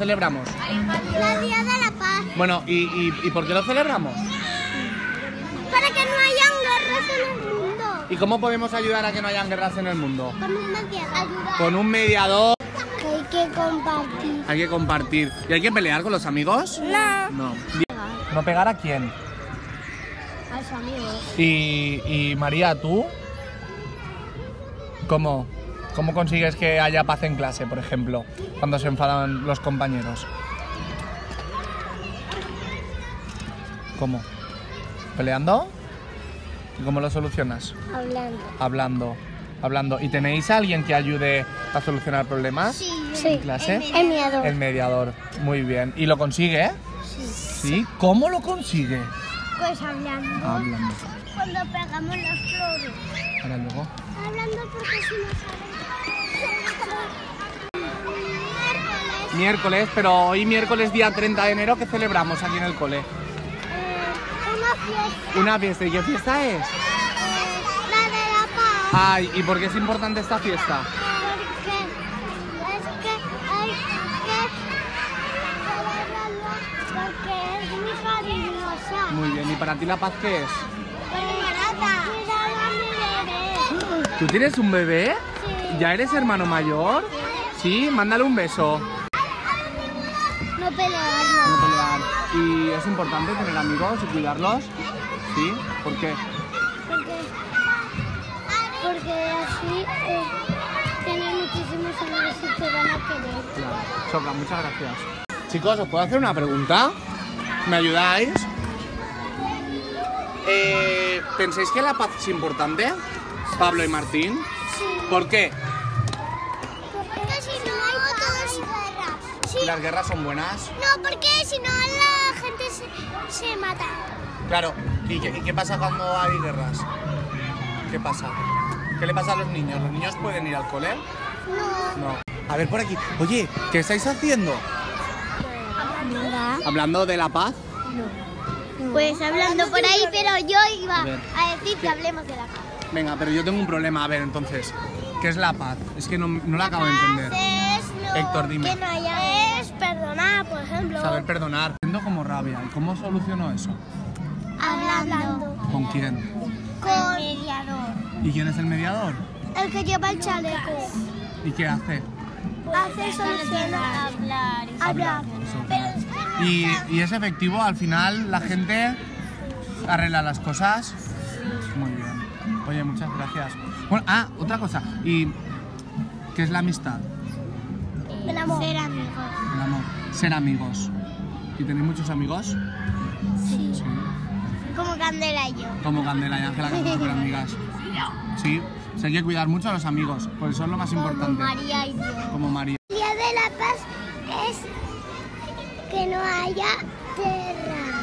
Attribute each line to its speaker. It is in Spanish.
Speaker 1: celebramos?
Speaker 2: La Día de la Paz.
Speaker 1: Bueno, ¿y, y, y por qué lo celebramos?
Speaker 2: Para que no hayan guerras en el mundo.
Speaker 1: ¿Y cómo podemos ayudar a que no hayan guerras en el mundo?
Speaker 2: Con un mediador. Ayudar.
Speaker 1: Con un mediador
Speaker 2: Que hay que compartir.
Speaker 1: hay que compartir. ¿Y hay que pelear con los amigos?
Speaker 2: No.
Speaker 1: No. ¿No pegar a quién?
Speaker 2: A su amigo.
Speaker 1: Y, y, María, ¿tú? ¿Cómo? ¿Cómo consigues que haya paz en clase, por ejemplo, cuando se enfadan los compañeros? ¿Cómo? ¿Peleando? ¿Y cómo lo solucionas?
Speaker 2: Hablando.
Speaker 1: Hablando, hablando. ¿Y tenéis a alguien que ayude a solucionar problemas?
Speaker 2: Sí.
Speaker 1: clase?
Speaker 2: El mediador.
Speaker 1: El mediador, muy bien. ¿Y lo consigue? Sí. ¿Cómo lo consigue?
Speaker 2: Pues hablando.
Speaker 1: Hablando.
Speaker 2: Cuando pegamos las flores.
Speaker 1: Ahora luego.
Speaker 2: Hablando porque si no saben.
Speaker 1: Miércoles, pero hoy miércoles día 30 de enero que celebramos aquí en el cole.
Speaker 2: Eh, una fiesta.
Speaker 1: Una fiesta, ¿y qué fiesta es?
Speaker 2: eh, la de la paz.
Speaker 1: Ay, ¿y por qué es importante esta fiesta?
Speaker 2: Porque es que hay que celebrarlo porque es muy cariñosa.
Speaker 1: Muy bien, ¿y para ti la paz qué es?
Speaker 2: Pero barata. Cuidado a mi bebé.
Speaker 1: ¿Tú tienes un bebé?
Speaker 2: Sí.
Speaker 1: ¿Ya eres hermano mayor? Sí, mándale un beso.
Speaker 2: No pelearlo.
Speaker 1: No pelear. ¿Y es importante tener amigos y cuidarlos? Sí, ¿por qué?
Speaker 2: Porque, porque así eh, tienen muchísimos amigos y te van a querer.
Speaker 1: Claro. Sopla, muchas gracias. Chicos, ¿os puedo hacer una pregunta? ¿Me ayudáis? Eh, ¿Pensáis que la paz es importante? Pablo y Martín.
Speaker 2: Sí.
Speaker 1: ¿Por qué?
Speaker 2: Porque si no hay todos guerras.
Speaker 1: ¿Las guerras son buenas?
Speaker 2: No, porque si no la gente se, se mata.
Speaker 1: Claro. ¿Y qué, y qué pasa cuando hay guerras? ¿Qué pasa? ¿Qué le pasa a los niños? ¿Los niños pueden ir al cole?
Speaker 2: No.
Speaker 1: No. A ver por aquí. Oye, ¿qué estáis haciendo? ¿Hablando de la paz?
Speaker 2: Pues hablando por ahí, pero yo iba
Speaker 1: A ver.
Speaker 2: a decir que hablemos de la paz.
Speaker 1: Venga, pero yo tengo un problema. A ver, entonces, ¿qué es la paz? Es que no, no la acabo de entender.
Speaker 2: es
Speaker 1: Ah, Héctor, dime. que
Speaker 2: no haya es perdonar, por ejemplo.
Speaker 1: Saber perdonar. Siento como rabia. ¿Y cómo soluciono eso?
Speaker 2: Hablando.
Speaker 1: ¿Con quién?
Speaker 2: Con el mediador.
Speaker 1: ¿Y quién es el mediador?
Speaker 2: El que lleva el chaleco.
Speaker 1: ¿Y qué hace?
Speaker 2: Hace solucionar. Hablar. Hablar.
Speaker 1: Solucionar. ¿Y, y es efectivo? ¿Al final la gente arregla las cosas? Muy bien. Oye, muchas gracias. Bueno, ah, otra cosa. ¿Y qué es la amistad?
Speaker 2: El amor. Ser amigos.
Speaker 1: El amor. Ser amigos. ¿Y tenéis muchos amigos?
Speaker 2: Sí.
Speaker 1: Sí.
Speaker 2: Como Candela y yo.
Speaker 1: Como Candela y Ángela, que son súper amigas. Sí. Se hay que cuidar mucho a los amigos, porque eso es lo más importante.
Speaker 2: y yo.
Speaker 1: Como María.
Speaker 2: El Día de la Paz es que no haya guerra.